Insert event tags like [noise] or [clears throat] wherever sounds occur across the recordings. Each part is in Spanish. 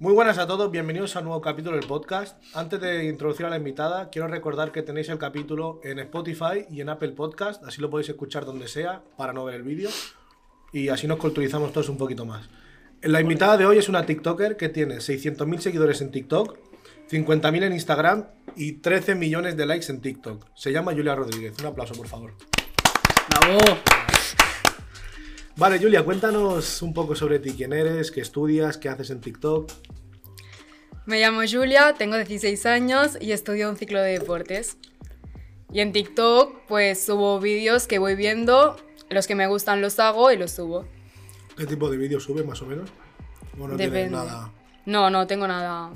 Muy buenas a todos, bienvenidos a un nuevo capítulo del podcast. Antes de introducir a la invitada, quiero recordar que tenéis el capítulo en Spotify y en Apple Podcast, así lo podéis escuchar donde sea para no ver el vídeo y así nos culturizamos todos un poquito más. La invitada de hoy es una TikToker que tiene 600.000 seguidores en TikTok, 50.000 en Instagram y 13 millones de likes en TikTok. Se llama Julia Rodríguez. Un aplauso, por favor. ¡Bravo! Vale, Julia, cuéntanos un poco sobre ti, quién eres, qué estudias, qué haces en TikTok. Me llamo Julia, tengo 16 años y estudio un ciclo de deportes. Y en TikTok pues subo vídeos que voy viendo, los que me gustan los hago y los subo. ¿Qué tipo de vídeos subes más o menos? ¿O no tienes Depende. nada? No, no tengo nada.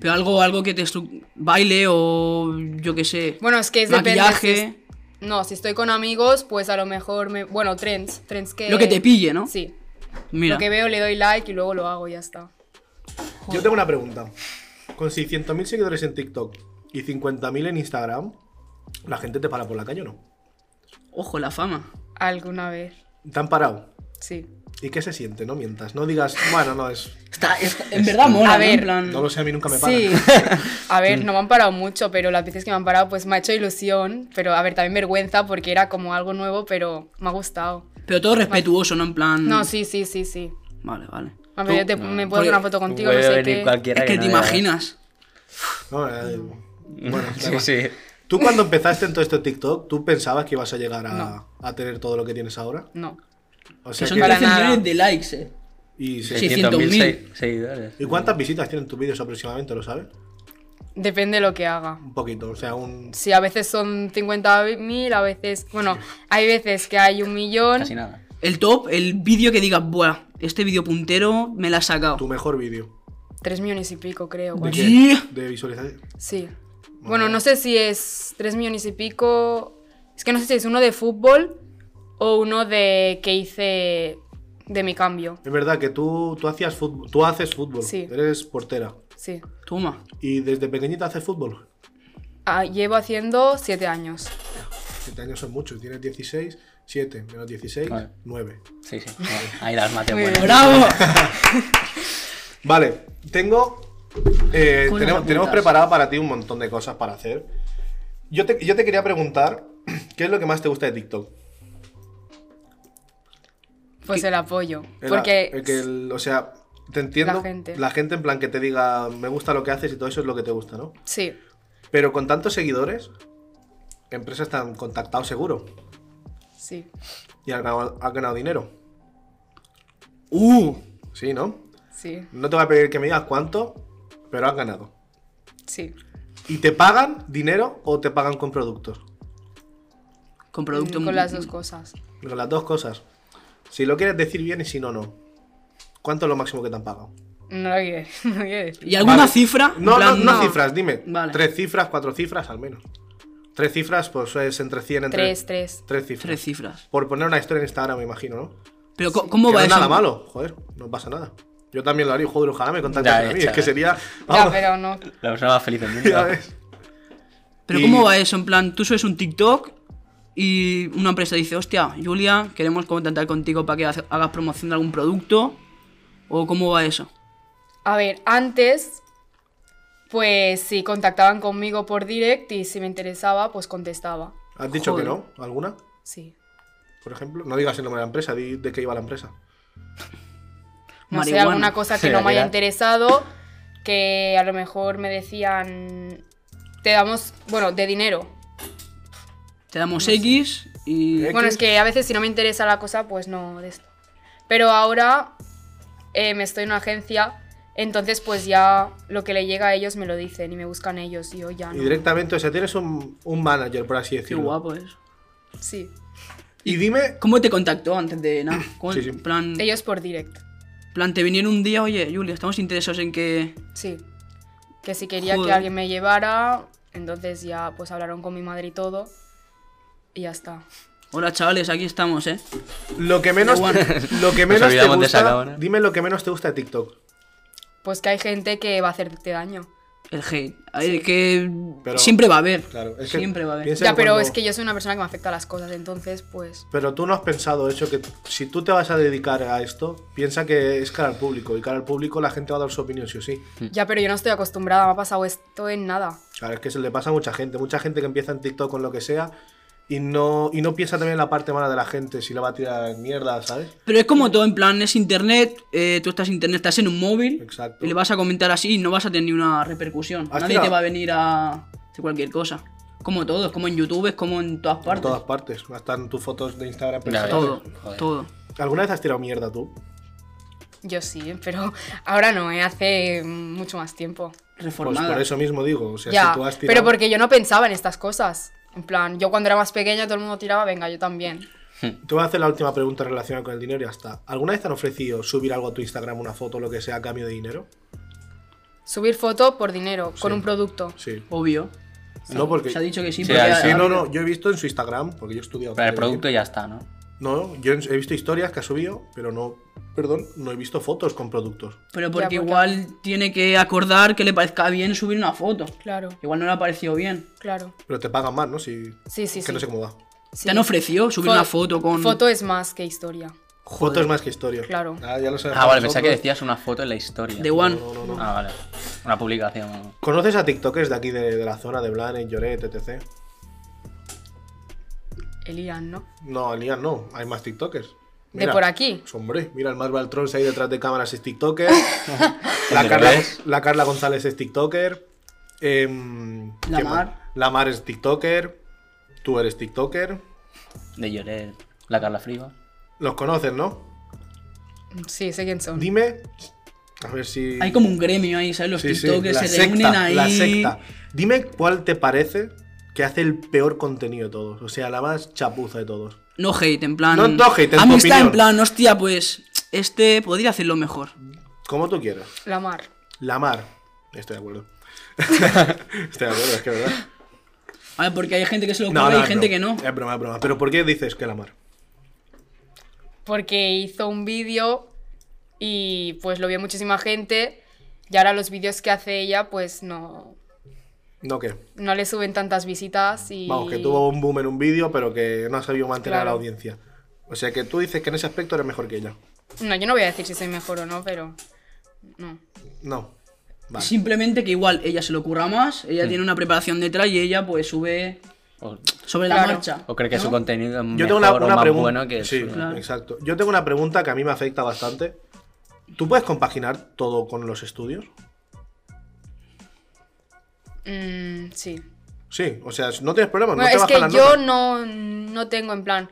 Pero algo, algo que te estru- baile o yo qué sé. Bueno, es que es depende. maquillaje. si es- no, si estoy con amigos, pues a lo mejor me... Bueno, trends, trends que... Lo que te pille, ¿no? eh, Sí. Mira. Lo que veo le doy like y luego lo hago y ya está. Yo tengo una pregunta. Con 600.000 seguidores en TikTok y 50.000 en Instagram, ¿la gente te para por la calle o no? Ojo, la fama. Alguna vez, ¿Te han parado? sí. ¿Y qué se siente? No mientas, no digas, bueno, no es... Está, en verdad mola, A ¿no? ver. en plan. No lo sé, a mí nunca me paran. Sí. [laughs] A ver, no me han parado mucho, pero las veces que me han parado, pues me ha hecho ilusión. Pero a ver, también vergüenza porque era como algo nuevo, pero me ha gustado. Pero todo respetuoso, ¿no? En plan. No, sí, sí, sí, sí. Vale, vale. A ver, yo Mm. Tú- te- me puedo porque- hacer una foto contigo, no Puede sé venir qué. cualquiera Es que no te le da. imaginas. [laughs] No, eh, bueno, da [laughs] Sí, igual. sí. Tú cuando empezaste en todo este TikTok, ¿tú pensabas que ibas a llegar a, No. a tener todo lo que tienes ahora? No. O Que sea son que- para 13 nada. millones de likes, eh. y, se- Sí. 600.000 600.000. se- seguidores. ¿Y cuántas visitas tienen tus vídeos aproximadamente, lo sabes? Depende de lo que haga. Un poquito, o sea, un... Sí, a veces son 50.000, a veces. Bueno, hay veces que hay un millón. Casi nada. El top, el vídeo que digas, buah, este vídeo puntero me la ha sacado. Tu mejor vídeo. Tres millones y pico, creo. ¿De bueno, Yeah. qué? De visualización. Sí. Bueno, no sé si es tres millones y pico. Es que no sé si es uno de fútbol o uno de que hice de mi cambio. Es verdad que tú, tú, hacías fútbol, tú haces fútbol, Sí. eres portera. Sí. Toma. ¿Y desde pequeñita haces fútbol? Ah, llevo haciendo siete años. 7 años son muchos, tienes 16, 7 menos 16, Vale. 9. Sí, sí. Ahí- Ahí las mates Muy bien. buenas. [laughs] ¡Bravo! Vale, tengo. eh, Con las tenemos, tenemos apuntas. preparado para ti un montón de cosas para hacer. Yo te, yo te quería preguntar, [clears throat] ¿qué es lo que más te gusta de TikTok? Pues el apoyo. El- porque el que el- o sea, te entiendo. La gente. en plan que te diga, me gusta lo que haces y todo eso es lo que te gusta, ¿no? sí, Pero con tantos seguidores, empresas te han contactado seguro sí, y han ganado, han ganado dinero. Uh, Sí, ¿no? sí, No te voy a pedir que me digas cuánto, pero han ganado. sí. ¿Y te pagan dinero o te pagan con productos? con producto. Con las dos cosas. Con las dos cosas. Si lo quieres decir bien y si no, no. ¿Cuánto es lo máximo que te han pagado? No lo quiero, no lo quiero decir. [laughs] ¿Y alguna Vale. cifra? En No, no, plan, no, no. cifras, dime. Vale. Tres cifras, cuatro cifras al menos. Tres cifras, pues es entre 100, entre... Tres, tres. Tres cifras. Tres cifras. Por poner una historia en Instagram, me imagino, ¿no? Pero, co- ¿cómo Que va no es eso? nada malo, joder, no pasa nada. Yo también lo haría, joder, ojalá me Ya contacten a ves, mí. Es que chaval. sería... Ya, Vamos, pero no. La persona más feliz del [laughs] mundo. ya ves. Pero Y- ¿cómo va eso? En plan, tú subes un TikTok y una empresa dice, hostia, Julia, queremos contactar contigo para que hace- hagas promoción de algún producto. ¿O cómo va eso? A ver, antes, pues si contactaban conmigo por direct y si me interesaba, pues contestaba. ¿Has dicho Joder. que no? ¿Alguna? Sí. Por ejemplo. No digas el nombre de la empresa, di de qué iba la empresa. no sé, Marihuana. alguna cosa que Sí, no me haya ya. interesado, que a lo mejor me decían, te damos, bueno, de dinero. Te damos X y... ¿Eh? Bueno, es que a veces si no me interesa la cosa, pues no de esto. Pero ahora eh, me estoy en una agencia, entonces pues ya lo que le llega a ellos me lo dicen y me buscan ellos y yo ya Y no. directamente, o sea, tienes un, un manager, por así Qué decirlo. guapo eso. Sí, Y dime... ¿Cómo te contactó antes [coughs] de nada? ¿Cómo- Sí, sí. Plan, ellos por direct, plan, te vinieron un día, oye, Julia, estamos interesados en que... sí. Que si quería que Joder. alguien me llevara, entonces ya pues hablaron con mi madre y todo. Y ya está. Hola, chavales, aquí estamos, ¿eh? Lo que menos, Da [laughs] lo que menos te olvidamos de esa gusta... cámara. Dime lo que menos te gusta de TikTok. Pues que hay gente que va a hacerte daño. el hate. Hay que Pero- siempre va a haber. Claro, es que siempre va a haber. piensa Ya, pero cuando- es que yo soy una persona que me afecta a las cosas, entonces, pues. Pero tú no has pensado eso, que si tú te vas a dedicar a esto, piensa que es cara al público. Y cara al público la gente va a dar su opinión, sí o sí. Ya, pero yo no estoy acostumbrada, me ha pasado esto en nada. Claro, es que se le pasa a mucha gente. Mucha gente que empieza en TikTok con lo que sea y no, y no piensa también en la parte mala de la gente, si le va a tirar mierda, ¿sabes? Pero es como todo, en plan, es internet, eh, tú estás en internet, estás en un móvil, Exacto. Ah, y le vas a comentar así y no vas a tener ni una repercusión. Has Nadie tirado- te va a venir a hacer cualquier cosa. Como todo, es como en YouTube, es como en todas En partes. todas partes. Hasta en tus fotos de Instagram. personales. Todo, Joder. todo. ¿Alguna vez has tirado mierda tú? Yo sí, pero [laughs] ahora no, ¿eh? hace mucho más tiempo. Pues Reformada. por eso mismo digo. O sea, ya, si tú has tirado. pero porque yo no pensaba en estas cosas. En plan, yo cuando era más pequeña todo el mundo tiraba, venga, yo también. Te voy a hacer la última pregunta relacionada con el dinero y ya está. ¿Alguna vez te han ofrecido subir algo a tu Instagram, una foto, lo que sea, a cambio de dinero? Subir foto por dinero, con un producto. Sí. Obvio. No, porque. Se ha dicho que sí, Sí, porque ahí ha- sí, Sí, ha- no, no, yo he visto en su Instagram, porque yo he estudiado. Pero el marketing. producto ya está, ¿no? No, yo he visto historias que ha subido, pero no, perdón, no he visto fotos con productos. Pero porque, porque- igual tiene que acordar que le parezca bien subir una foto. Claro, Igual no le ha parecido bien. claro. Pero te pagan más, ¿no? Si, Sí, sí, que sí. no sé cómo va. Te han ofrecido subir Fo- una foto con. Foto es más que historia. Fotos más que historia. Claro. Ah, ya lo sabemos Ah, vale, pensaba que nosotros. decías una foto en la historia. de One. No, no, no. Ah, vale. Una publicación. ¿Conoces a TikTokers de aquí, de, de la zona, de Blanes, Lloret, etc.? El Ian, ¿no? No, Elías no, hay más TikTokers. Pues, De por aquí. Hombre, mira, el Mar Baltrons ahí detrás de cámaras es [laughs] TikToker. la, ¿Lo Carla, ves? la Carla González es TikToker. Em, La ¿qué Mar. más? La Mar es TikToker. Tú eres TikToker. De Lloret. La Carla Frigo. Los conoces, ¿no? Sí, sé quién son. Dime. A ver si. Hay como un gremio ahí, ¿sabes? Los Sí, sí, TikTokers la se reúnen secta, ahí. La secta. Dime cuál te parece que hace el peor contenido de todos. O sea, la más chapuza de todos. No hate, en plan. No, no hate, es tu Amistad, opinión. en plan, hostia, pues. Este podría hacerlo mejor. Como tú quieras. La mar. La mar. Estoy de acuerdo. [laughs] Estoy de acuerdo, es que es verdad. A ver, porque hay gente que se lo ocurre y hay es gente broma. que no. Es broma, es broma. Pero ¿por qué dices que la mar? Porque hizo un vídeo y pues lo vio muchísima gente. Y ahora los vídeos que hace ella, pues no, No, que. no le suben tantas visitas y. Vamos, que tuvo un boom en un vídeo, pero que no ha sabido mantener a la Claro. audiencia. O sea, que tú dices que en ese aspecto eres mejor que ella. No, yo no voy a decir si soy mejor o no, pero. No. No. Vale. Mm. Simplemente que igual ella se lo ocurra más, ella tiene una preparación detrás y ella pues sube O, sobre la Claro. marcha. o cree que su contenido es Yo mejor tengo una, o una más pregunta. bueno que el sí, suyo. Claro. exacto. Yo tengo una pregunta que a mí me afecta bastante. ¿Tú puedes compaginar todo con los estudios? Mm, sí. Sí, o sea, no tienes problemas. Bueno, no te es bajan que las yo notas. no, no tengo en plan.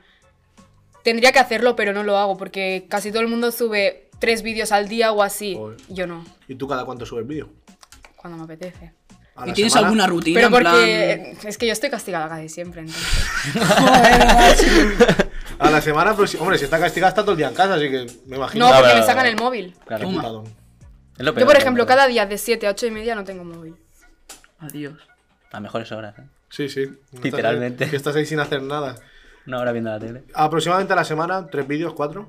Tendría que hacerlo, pero no lo hago, porque casi todo el mundo sube tres vídeos al día o así. Joder. y Yo no, ¿Y tú cada cuánto subes vídeo? cuando me apetece. ¿A ¿Y la tienes semana? alguna rutina? Pero en porque es que yo estoy castigada casi siempre, entonces. A la semana, próxima- hombre, si está castigada está todo el día en casa, así que me imagino. No, No, porque no, me no, sacan no. el móvil. Claro. Qué Toma. putadón. Es lo peor, Yo, por lo ejemplo, peor. cada día de 7 a 8 y media no tengo móvil. plan- Adiós. Las mejores horas, ¿eh? Sí, sí. No estás ahí- Literalmente. que estás ahí sin hacer nada. Una hora viendo la tele. Aproximadamente a la semana, tres vídeos, cuatro.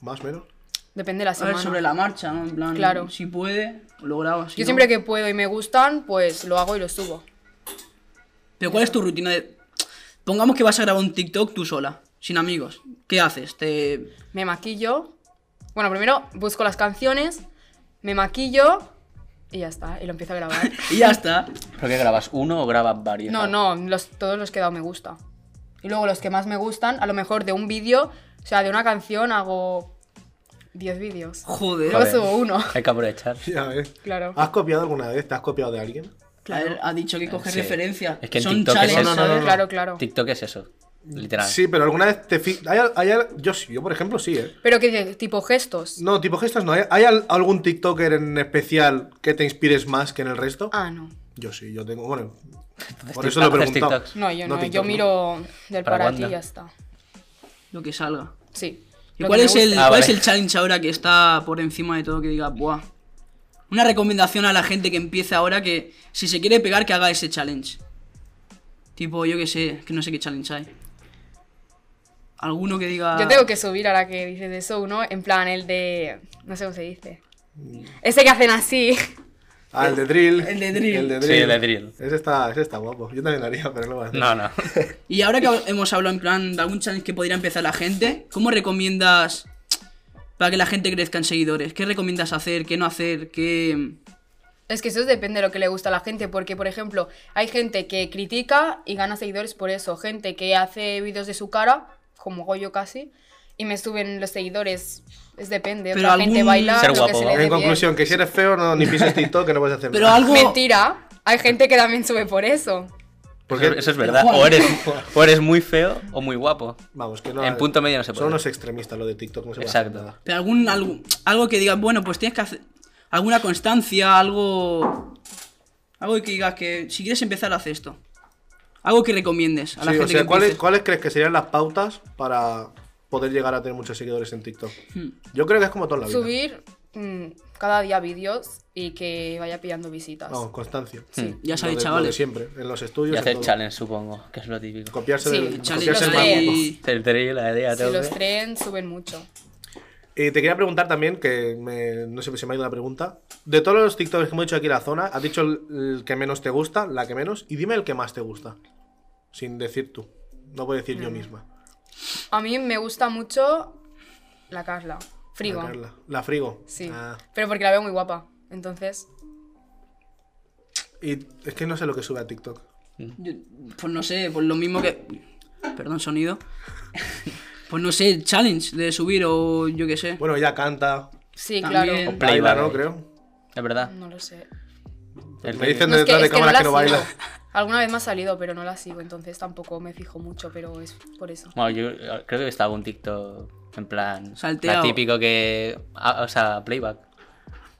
Más o menos. [laughs] Depende de la A semana. ver, sobre la marcha, ¿no? En plan, Claro. si puede, lo grabas. si Yo no- siempre que puedo y me gustan, pues lo hago y lo subo. Pero ¿cuál es tu rutina de... Pongamos que vas a grabar un TikTok tú sola, sin amigos. ¿Qué haces? Te... Me maquillo. Bueno, primero busco las canciones, me maquillo y ya está. Y lo empiezo a grabar. Y ya está. ¿Pero qué grabas? ¿Uno o grabas varios? No, no, los, todos los que he dado me gusta. Y luego los que más me gustan, a lo mejor de un vídeo, o sea, de una canción hago 10 vídeos. Joder. Luego subo uno. Hay que aprovechar. Ya ves. Claro. ¿Has copiado alguna vez? ¿Te has copiado de alguien? A ver, ha dicho que coges Sí. referencias. Es que en Son TikTok es challenges, eso. No, no, no, ¿sabes? no. Claro, claro. TikTok es eso. Literal. Sí, pero alguna vez te. fi- hay al- hay al- yo sí, yo por ejemplo sí, ¿eh? Pero que de- tipo gestos. No, tipo gestos no. ¿Hay, hay al- algún TikToker en especial que te inspires más que en el resto? Ah, no. Yo sí, yo tengo. Bueno, por tic- eso lo he haces preguntado. TikToks. No, yo no. TikTok, yo miro del ¿Para para, ti cuándo? y ya está. Lo que salga. Sí. ¿Y lo cuál, que me es el, guste. Ah, cuál vale. es el challenge ahora que está por encima de todo que diga, buah? Una recomendación a la gente que empieza ahora que si se quiere pegar que haga ese challenge. Tipo, yo que sé, que no sé qué challenge hay. Alguno que diga... Yo tengo que subir ahora que dices Mm. eso uno, en plan el de. No sé cómo se dice. Ese que hacen así. Ah, el de drill. El de drill. El de Sí, drill. el de drill. Ese está, ese está guapo. Yo también lo haría, pero no lo voy a hacer. No, no. Y ahora que hemos hablado en plan de algún challenge que podría empezar la gente, ¿cómo recomiendas para que la gente crezca en seguidores? ¿Qué recomiendas hacer? ¿Qué no hacer? ¿Qué...? Es que eso depende de lo que le gusta a la gente, porque por ejemplo, hay gente que critica y gana seguidores por eso, gente que hace vídeos de su cara, como Goyo casi, y me suben los seguidores, es depende, Pero otra gente algún- baila, Ser lo guapo, que se ¿no? le dé En bien. conclusión, que si eres feo, no, ni pises TikTok, que no puedes hacer Pero nada. algo... Mentira, hay gente que también sube por eso. [laughs] Porque, Eso es verdad. Juan. O eres, o eres muy feo o muy guapo. vamos, que no. En punto medio no se Son puede. unos extremistas lo de TikTok, no se puede hacer Exacto. nada. Pero algún, algo, algo que digas, bueno, pues tienes que hacer alguna constancia, algo... Algo que digas que si quieres empezar, haz esto. Algo que recomiendes a la Sí, gente o sea, que ¿cuáles, empiece. ¿cuáles crees que serían las pautas para poder llegar a tener muchos seguidores en TikTok? Yo creo que es como toda la vida. Hmm. Subir mm, cada día vídeos y que vaya pillando visitas. Oh. Vamos, constancia. Sí. Ya Lo de- sabéis, lo de chavales. siempre, en los estudios. Y en hacer todo. challenge, supongo, que es lo típico. Copiarse Sí, del. Challenge copiarse del los más tres. guapo. y- El drill, la idea, Si todo. los tren suben mucho. Eh, te quería preguntar también, que me- no sé si me ha ido la pregunta. De todos los TikToks que hemos hecho aquí en la zona, has dicho el, el que menos te gusta, la que menos, y dime el que más te gusta. Sin decir tú. No puedo decir yo misma. A mí me gusta mucho la Carla, Frigo. La, Carla. La frigo. Sí, Ah, pero porque la veo muy guapa, entonces... y es que no sé lo que sube a TikTok. Yo- pues no sé, pues lo mismo que... Perdón, sonido. [laughs] pues no sé, challenge de subir o yo qué sé. Bueno, ella canta, Sí, También- claro. O baila, playback. ¿no? Creo. Es verdad. No lo sé. Mm. El Me drill. dicen No, es que- detrás de es que no cámaras la que no baila. sigo. Alguna vez me ha salido, pero no la sigo, entonces tampoco me fijo mucho, pero es por eso. Bueno, yo eh, creo que estaba un TikTok en plan. Salteado. La típico que. ah, O sea, playback.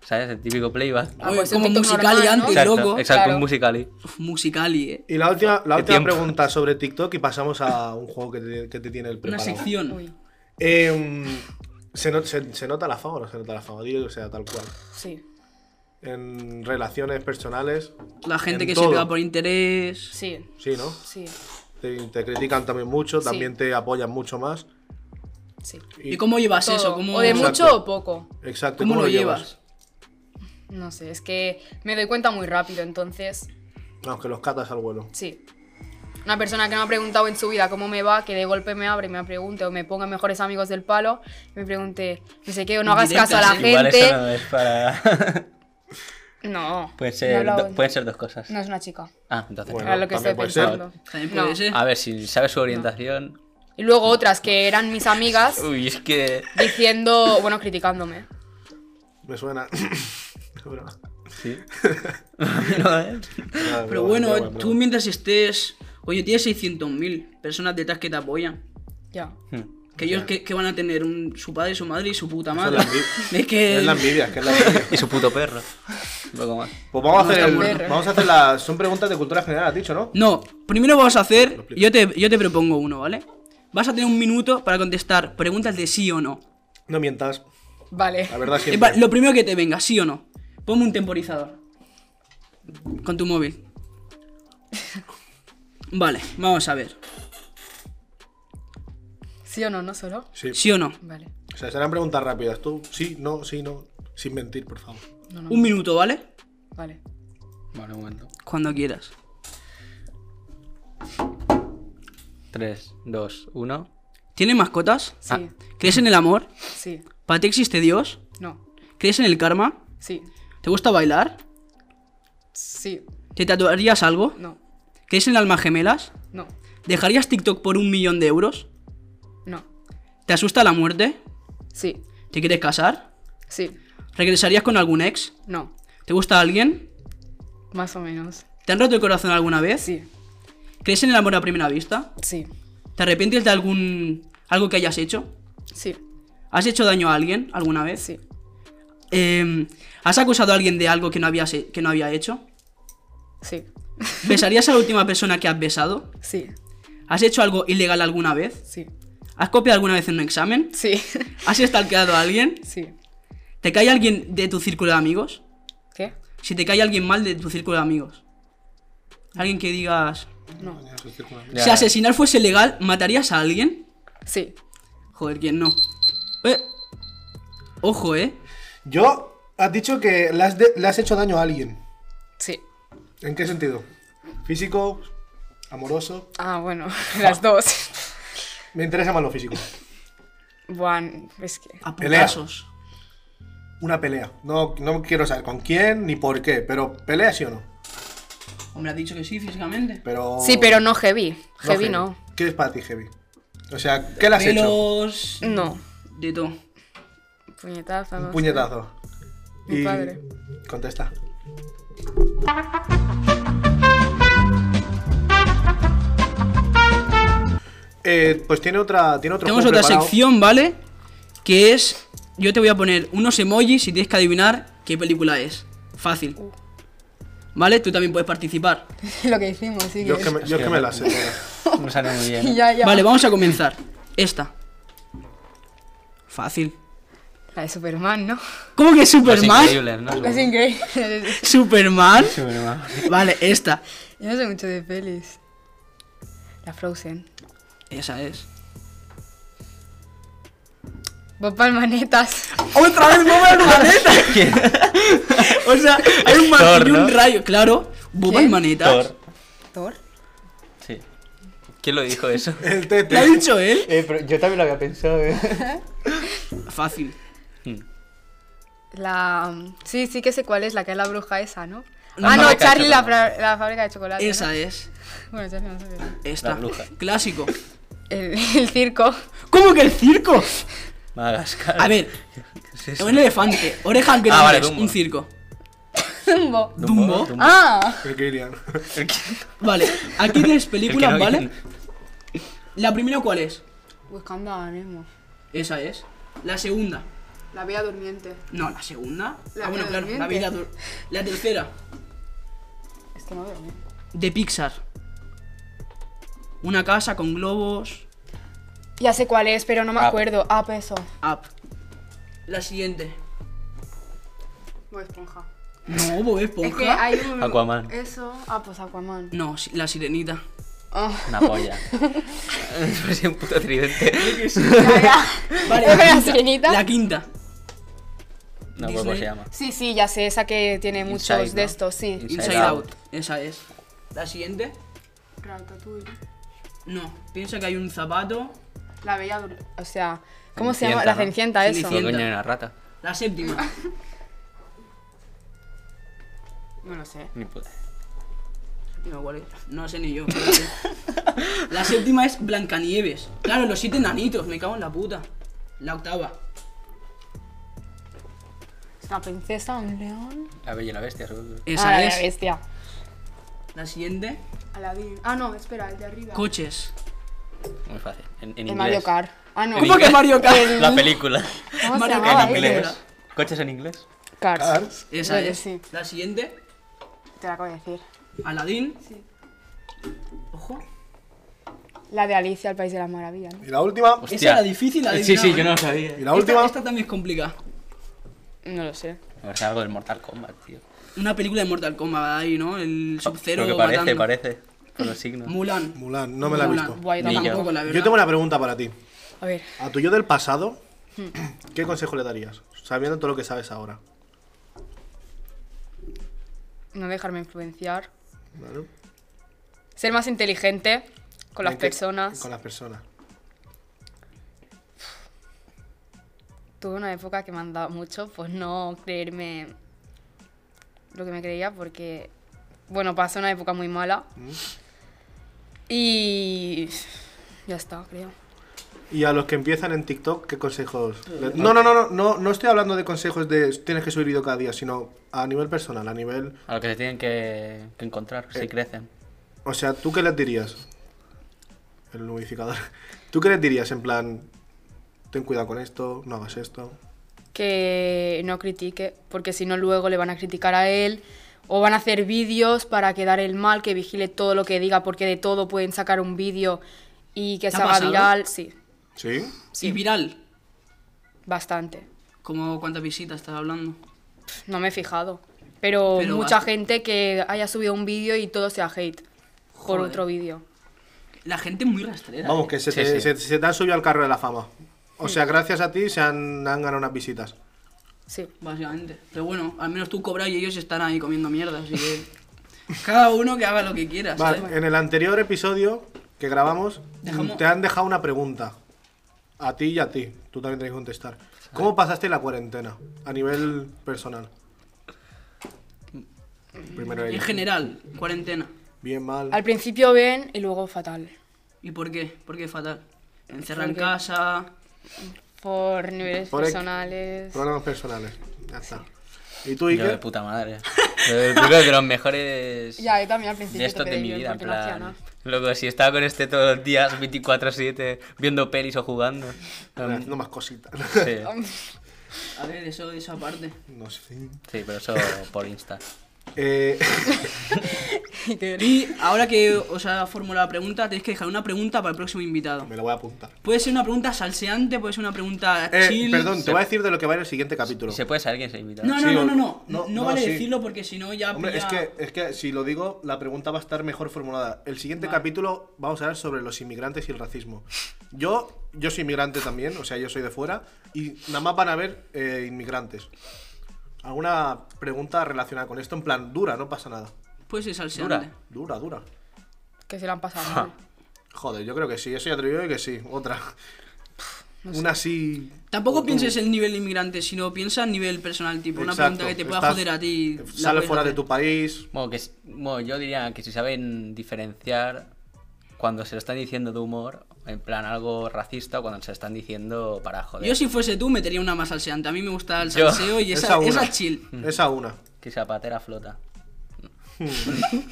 ¿Sabes? El típico playback. Ah, Oye, pues un como TikTok musical y normal, ¿no? antes, exacto, loco. exacto, Claro. un musical. y- Uf, musicali, eh. Y la última, la última tiempo. pregunta sobre TikTok y pasamos a un juego que te, que te tiene el Una preparado. sección. Uy, Eh, ¿se, not- se- se nota la fama o no se nota la fama? Digo, o sea, tal cual. sí, En relaciones personales, La gente En que todo. se pega por interés. sí, sí, ¿no? sí, Te, te critican también mucho, Sí. también te apoyan mucho más. sí. ¿Y cómo llevas Todo. eso? ¿Cómo, O de Exacto. mucho o poco. Exacto, cómo lo llevas? No sé, es que me doy cuenta muy rápido, entonces, No, que los catas al vuelo. sí. Una persona que no ha preguntado en su vida cómo me va, que de golpe me abre y me pregunte o me ponga mejores amigos del palo, y me pregunte, no sé qué, o no hagas Indirectas, caso a la Igual gente. eso no es para. [laughs] No, Pueden no, he ser, hablado- do- pueden ser dos cosas. no es una chica. Ah, entonces. Bueno, Era lo que también estoy puede ser. pensando. También puede No. ser. A ver, si sabes su orientación. Y luego otras que eran mis [laughs] amigas Uy, es que. diciendo, bueno, criticándome. Me suena. [laughs] Es broma. Sí. [laughs] No, ¿eh? Nada, es Pero broma, bueno, eh, es broma, es tú broma. mientras estés. Oye, tienes 600.000 personas detrás que te apoyan. Ya. Que ellos que, que van a tener un- su padre, su madre y su puta madre. la envi- [laughs] Es que. Es la envidia, es que es la [laughs] envidia. Y su puto perro. Un poco más. Pues vamos a No hacer, está el- muerto. vamos a hacer las. Son preguntas de cultura general, has dicho, ¿no? No, primero vamos a hacer. Yo te, yo te propongo uno, ¿vale? Vas a tener un minuto para contestar preguntas de sí o no. No mientas. Vale. La verdad Eh, va, siempre. Lo primero que te venga, sí o no. Ponme un temporizador. Con tu móvil. Vale, vamos a ver. ¿Sí o no? ¿No solo? Sí. ¿Sí o no? Vale. O sea, serán preguntas rápidas. Tú, sí, no, sí, no. Sin mentir, por favor. No, no. Un minuto, ¿vale? Vale. Bueno, un momento. Cuando quieras. 3, 2, 1. ¿Tienes mascotas? Sí. ¿Crees en el amor? Sí. ¿Para ti existe Dios? No. ¿Crees en el karma? Sí. ¿Te gusta bailar? Sí. ¿Te tatuarías algo? No. ¿Crees en almas gemelas? No. ¿Dejarías TikTok por un millón de euros? No. ¿Te asusta la muerte? Sí. ¿Te quieres casar? Sí. ¿Regresarías con algún ex? No. ¿Te gusta alguien? Más o menos. ¿Te han roto el corazón alguna vez? Sí. ¿Crees en el amor a primera vista? Sí. ¿Te arrepientes de algún algo que hayas hecho? Sí. ¿Has hecho daño a alguien alguna vez? Sí. Eh, ¿Has acusado a alguien de algo que no, habías he- que no había hecho? Sí. ¿Besarías a la última persona que has besado? Sí. ¿Has hecho algo ilegal alguna vez? Sí. ¿Has copiado alguna vez en un examen? Sí. ¿Has stalkeado a alguien? Sí. ¿Te cae alguien de tu círculo de amigos? ¿Qué? Si te cae alguien mal de tu círculo de amigos. Alguien que digas... No. Si asesinar fuese legal, ¿matarías a alguien? Sí. Joder, ¿quién no? Eh, Ojo, ¿eh? Yo, has dicho que le has, de- le has hecho daño a alguien. Sí. ¿En qué sentido? ¿Físico? ¿Amoroso? Ah, bueno, [laughs] las dos. Me interesa más lo físico. Buah, es que. A Pelea. putazos. Una pelea. No, no quiero saber con quién ni por qué, pero pelea sí o no. Hombre, has dicho que sí físicamente. Pero... Sí, pero no heavy. Heavy no. ¿Qué es para ti heavy? O sea, ¿qué le has hecho? Pelos. No. De todo. Puñetazo. no Un sé. puñetazo. Mi padre. Contesta. Eh, pues tiene otra. Tiene otro Tenemos juego otra preparado. sección, ¿vale? Que es. Yo te voy a poner unos emojis y tienes que adivinar qué película es. Fácil. Uh. ¿Vale? Tú también puedes participar. [laughs] Lo que hicimos, sí. Yo que- es que me, yo es que me la sé. [laughs] tío. No sale muy bien. [laughs] Ya, ya. Vale, vamos a comenzar. Esta. Fácil. La de Superman, ¿no? ¿Cómo que Los Superman? increíbles, ¿no? Es increíble. [laughs] [laughs] ¿Superman? Superman. Vale, esta. Yo no sé mucho de pelis. La Frozen. Esa es. Bob Palmanetas. ¡Otra vez Boba [laughs] Hermaneta! o sea, hay un martillo Thor, y un ¿no? rayo. Claro, Boba ¿Quién? Hermanetas. Thor. Thor. Sí. ¿Quién lo dijo eso? El ¿Lo ha tete. dicho él? Eh, yo también lo había pensado, eh. Fácil. La. Sí, sí que sé cuál es, la que es la bruja esa, ¿no? La ah, no, fábrica de Charlie, la, chocolate. fra- la fábrica de chocolate. ¿no? Esa es. [laughs] Bueno, Charlie no sé qué. es. Esta. La bruja. Clásico. El, el [laughs] circo. ¿Cómo que el circo? [laughs] Madagascar. A ver, ¿Qué es eso? un elefante. Oreja que Ah, vale, Dumbo. un circo. Dumbo. Dumbo. Dumbo. Ah, El Killian. Vale, aquí tienes películas, [laughs] El que no- ¿vale? La primera, ¿cuál es? buscando Pues ahora mismo. Esa es. La segunda. La Bella Durmiente. No, la segunda. La ah, bueno, Bella claro, la Durmiente. vida dur- La tercera. Es que Este no veo bien. De Pixar. Una casa con globos. Ya sé cuál es, pero no me Ah. acuerdo. Ah, peso. Up. La siguiente. Voy esponja. No, Bob Esponja. Es que hay un. Aquaman. Eso. Ah, pues [laughs] Aquaman. No, si- la sirenita. [laughs] Ah, Una [laughs] polla. Parece un puto tridente. ya, ya. Vale, [laughs] ¿Es la quinta. sirenita? La quinta. No, pues, ¿cómo Disney. se llama? Sí, sí, ya sé, esa que tiene Inside, muchos de ¿no? estos, sí. Inside Inside, Out. out. Esa es. La siguiente. No, piensa que hay un zapato. La bella O sea, ¿cómo se Cenicienta, llama? La ¿no? Cenicienta, eso. Lo Cenicienta. coño de una rata. La séptima. [laughs] No lo sé. Ni puta. No, ¿cuál es? No sé ni yo. pero sí. la séptima es Blancanieves. Claro, los siete nanitos, me cago en la puta. La octava. Una princesa, un león. La bella y la bestia, seguro. Esa ah, La es. bestia. La siguiente. Aladín. Ah, no, espera, el de arriba. Coches. Muy fácil. En, el en inglés. Mario Kart. Ah, no. ¿Cómo que Mario [laughs] Kart? La película. ¿Cómo Mario se llamaba Kart en la ese? inglés. película. ¿Coches en inglés? Cars. Cars. Esa Vale, es. sí. La siguiente. Te la acabo de decir. Aladín. Ojo. La de Alicia, el País de las Maravillas. ¿no? Y la última. Esa era difícil, la Sí, sí, adivinaba. yo no lo sabía. Y la Esta- última. esta también es complicada. No lo sé. O sea, algo del Mortal Kombat, tío. Una película de Mortal Kombat ahí, ¿no? El Sub-Zero Lo Ah, que parece, matando. parece. Por los signos. Mulan. Mulan, no me la he Mulan. visto. Guay, Ni yo. Tampoco, la verdad. Yo tengo una pregunta para ti. A ver. A tu yo del pasado, ¿qué consejo le darías? Sabiendo todo lo que sabes ahora. No dejarme influenciar. ¿vale? Ser más inteligente con las Mente- personas. Con las personas. tuve una época que me han dado mucho, pues no creerme lo que me creía, porque, bueno, pasé una época muy mala. Mm. Y ya está, creo. Y a los que empiezan en TikTok, ¿qué consejos? le- Mm. No, no, no, no, no, no estoy hablando de consejos de tienes que subir vídeo cada día, sino a nivel personal, a nivel... A lo que se tienen que, que encontrar, si crecen. O sea, ¿tú qué les dirías? El humidificador. [laughs] ¿Tú qué les dirías? En plan, ten cuidado con esto, no hagas esto. Que no critique, porque si no luego le van a criticar a él o van a hacer vídeos para quedar el mal, que vigile todo lo que diga, porque de todo pueden sacar un vídeo y que ¿Te se ha haga pasado? viral. Sí, ¿Sí? Y viral. bastante. ¿Cómo cuántas visitas estás hablando? No me he fijado. Pero, Pero mucha va- gente que haya subido un vídeo y todo sea hate por Joder. otro vídeo. La gente es muy rastrera. Vamos, eh. que se Sí, te, sí. se- se te han subido al carro de la fama. O sea, gracias a ti se han, han ganado unas visitas. Sí. básicamente. Pero bueno, al menos tú cobras y ellos están ahí comiendo mierda, así que. [laughs] Cada uno que haga lo que quiera, ¿sabes? Vale, en el anterior episodio que grabamos, Dejamos- te han dejado una pregunta. A ti y a ti. Tú también tienes que contestar. ¿Cómo pasaste la cuarentena a nivel personal? Mm. Primero En ella. general, cuarentena. Bien, mal. Al principio bien y luego fatal. ¿Y por qué? ¿Por qué fatal? Encerra en Porque- casa. Por niveles Por ex- personales. Problemas personales. Ya está. ¿Y tú, Yo de Iker? puta madre. Yo de- yo creo que los mejores Ya, yo también al principio de estos te de pedí mi bien vida, en porque no hacía plan. nada. [laughs] Loco, si estaba con este todos los [laughs] días, 24-7, viendo pelis o jugando. Um, Ahora, Haciendo más cositas. Sí, [laughs] A ver, eso, esa parte. [laughs] no sé. sí, pero eso por Insta. Eh, [laughs] Y ahora que os ha formulado la pregunta, tenéis que dejar una pregunta para el próximo invitado. me lo voy a apuntar. Puede ser una pregunta salseante, puede ser una pregunta Eh, chill. perdón, te voy a decir de lo que va en el siguiente capítulo. ¿Se puede saber quién se invita? No, no, Sí, no, o- no, no. no, No, no, vale sí. decirlo porque si no ya. Hombre, es pilla- que, es que si lo digo, la pregunta va a estar mejor formulada. El siguiente capítulo vamos a hablar sobre los inmigrantes y el racismo. Yo, yo soy inmigrante también, o sea, yo soy de fuera, y nada más van a ver eh, inmigrantes. ¿Alguna pregunta relacionada con esto? En plan, dura, no pasa nada. Puede ser salseante. Dura, Dura. dura. Que se la han pasado mal. Joder, yo creo que sí, eso ya te lo digo yo que sí. Otra. Una así. Tampoco Tú- pienses en nivel inmigrante, sino piensa en nivel personal, tipo una Exacto, pregunta que te pueda estás- joder a ti. la Sales puedes fuera de hacer. tu país. Bueno, que, s- bueno, yo diría que si saben diferenciar cuando se lo están diciendo de humor, en plan algo racista, o cuando se lo están diciendo para joder. Yo si fuese tú metería una más salseante. A mí me gusta el Yo- [laughs] salseo y Esa esa, una. esa chill. Esa una. Que Zapatera flota.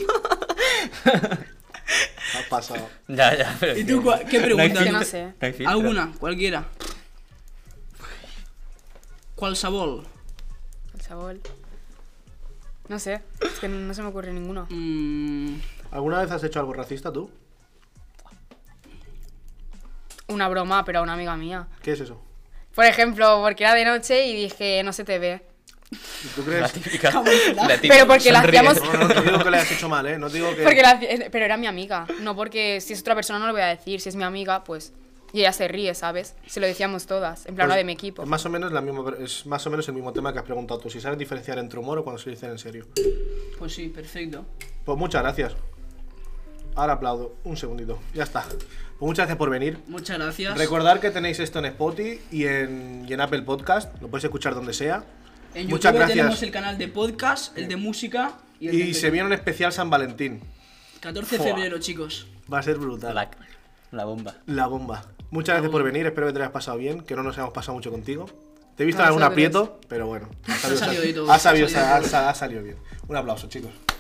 [laughs] Ha pasado. Ya, ya, pero ¿Y que- tú cua- qué no hay pregunta? filtro, Que no sé. hay filtro. Alguna, cualquiera. ¿Cuál sabor? El sabor. No sé, es que no se me ocurre ninguno. Mm, ¿Alguna vez has hecho algo racista tú? Una broma, pero a una amiga mía. ¿Qué es eso? Por ejemplo, porque era de noche y dije, no se te ve. ¿Y tú La crees? típica. Camuflaje. la típica, Pero porque la sonríe. hacíamos- No, no, no te digo que le has hecho mal, ¿eh? No te digo que... Porque la- pero era mi amiga, no porque si es otra persona no lo voy a decir, si es mi amiga, pues... Y ella se ríe, ¿sabes? Se lo decíamos todas, en plan una Pues, de mi equipo. Es más, o menos la misma, es más o menos el mismo tema que has preguntado tú, si sabes diferenciar entre humor o cuando se dicen en serio. pues sí, perfecto. Pues muchas gracias. Ahora aplaudo. Un segundito. Ya está. Pues muchas gracias por venir. Muchas gracias. Recordar que tenéis esto en Spotify y en, y en Apple Podcast. Lo podéis escuchar donde sea. en YouTube muchas gracias. tenemos el canal de podcast, el de música y el de Y se viene un especial San Valentín. 14 de Fua. febrero, chicos. Va a ser brutal. La, la bomba. La bomba. Muchas gracias por venir, espero que te lo hayas pasado bien, que no nos hayamos pasado mucho contigo. Te he visto en No, algún eso es. aprieto, pero bueno, ha Ah, salido de todo, ha sabido- ha salido de ha- ha- ha salido bien. Un aplauso, chicos.